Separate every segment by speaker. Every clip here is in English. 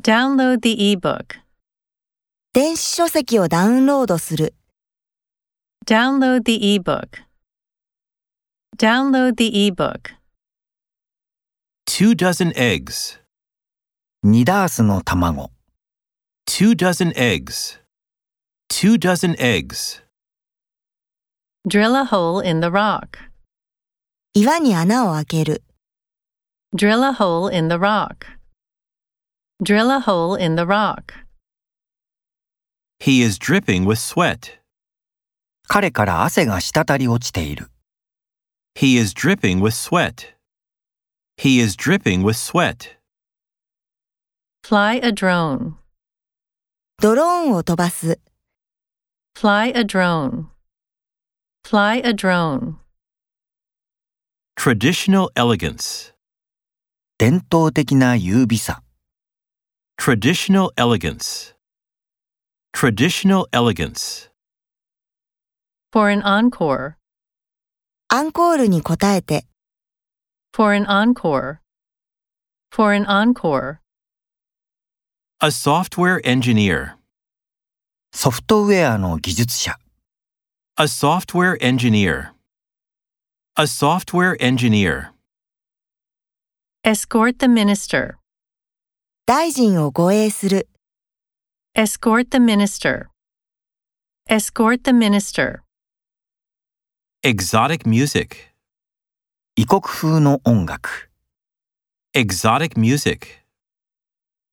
Speaker 1: Download the ebook.
Speaker 2: 電子書籍をダウンロードする。
Speaker 1: Download the ebook. Download the ebook.
Speaker 3: Two dozen eggs.
Speaker 4: 2ダースの卵、
Speaker 3: Two dozen eggs. Two dozen eggs.
Speaker 1: Drill a hole in the rock.
Speaker 2: 岩に穴を開ける。
Speaker 1: Drill a hole in the rock. Drill a hole in the rock.
Speaker 3: He is dripping with sweat.
Speaker 4: 彼から汗が滴り落ちている。
Speaker 3: He is dripping with sweat. He is dripping with sweat.
Speaker 1: Fly a drone.
Speaker 2: ドローンを飛ばす。
Speaker 1: Fly a drone. Fly a drone.
Speaker 3: Traditional elegance.
Speaker 4: 伝統的な優美さ、
Speaker 3: Traditional elegance. Traditional elegance.
Speaker 1: For an encore.
Speaker 2: アンコールに応えて。
Speaker 1: For an encore. For an encore.
Speaker 3: A software engineer.
Speaker 4: ソフトウェアの技術者、
Speaker 3: A software engineer. A software engineer.
Speaker 1: Escort the minister.
Speaker 2: 大臣を護衛する。
Speaker 1: Escort the minister. Escort the minister.
Speaker 3: Exotic music.
Speaker 4: 異国風の音楽。
Speaker 3: Exotic music.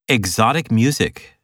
Speaker 3: Exotic music.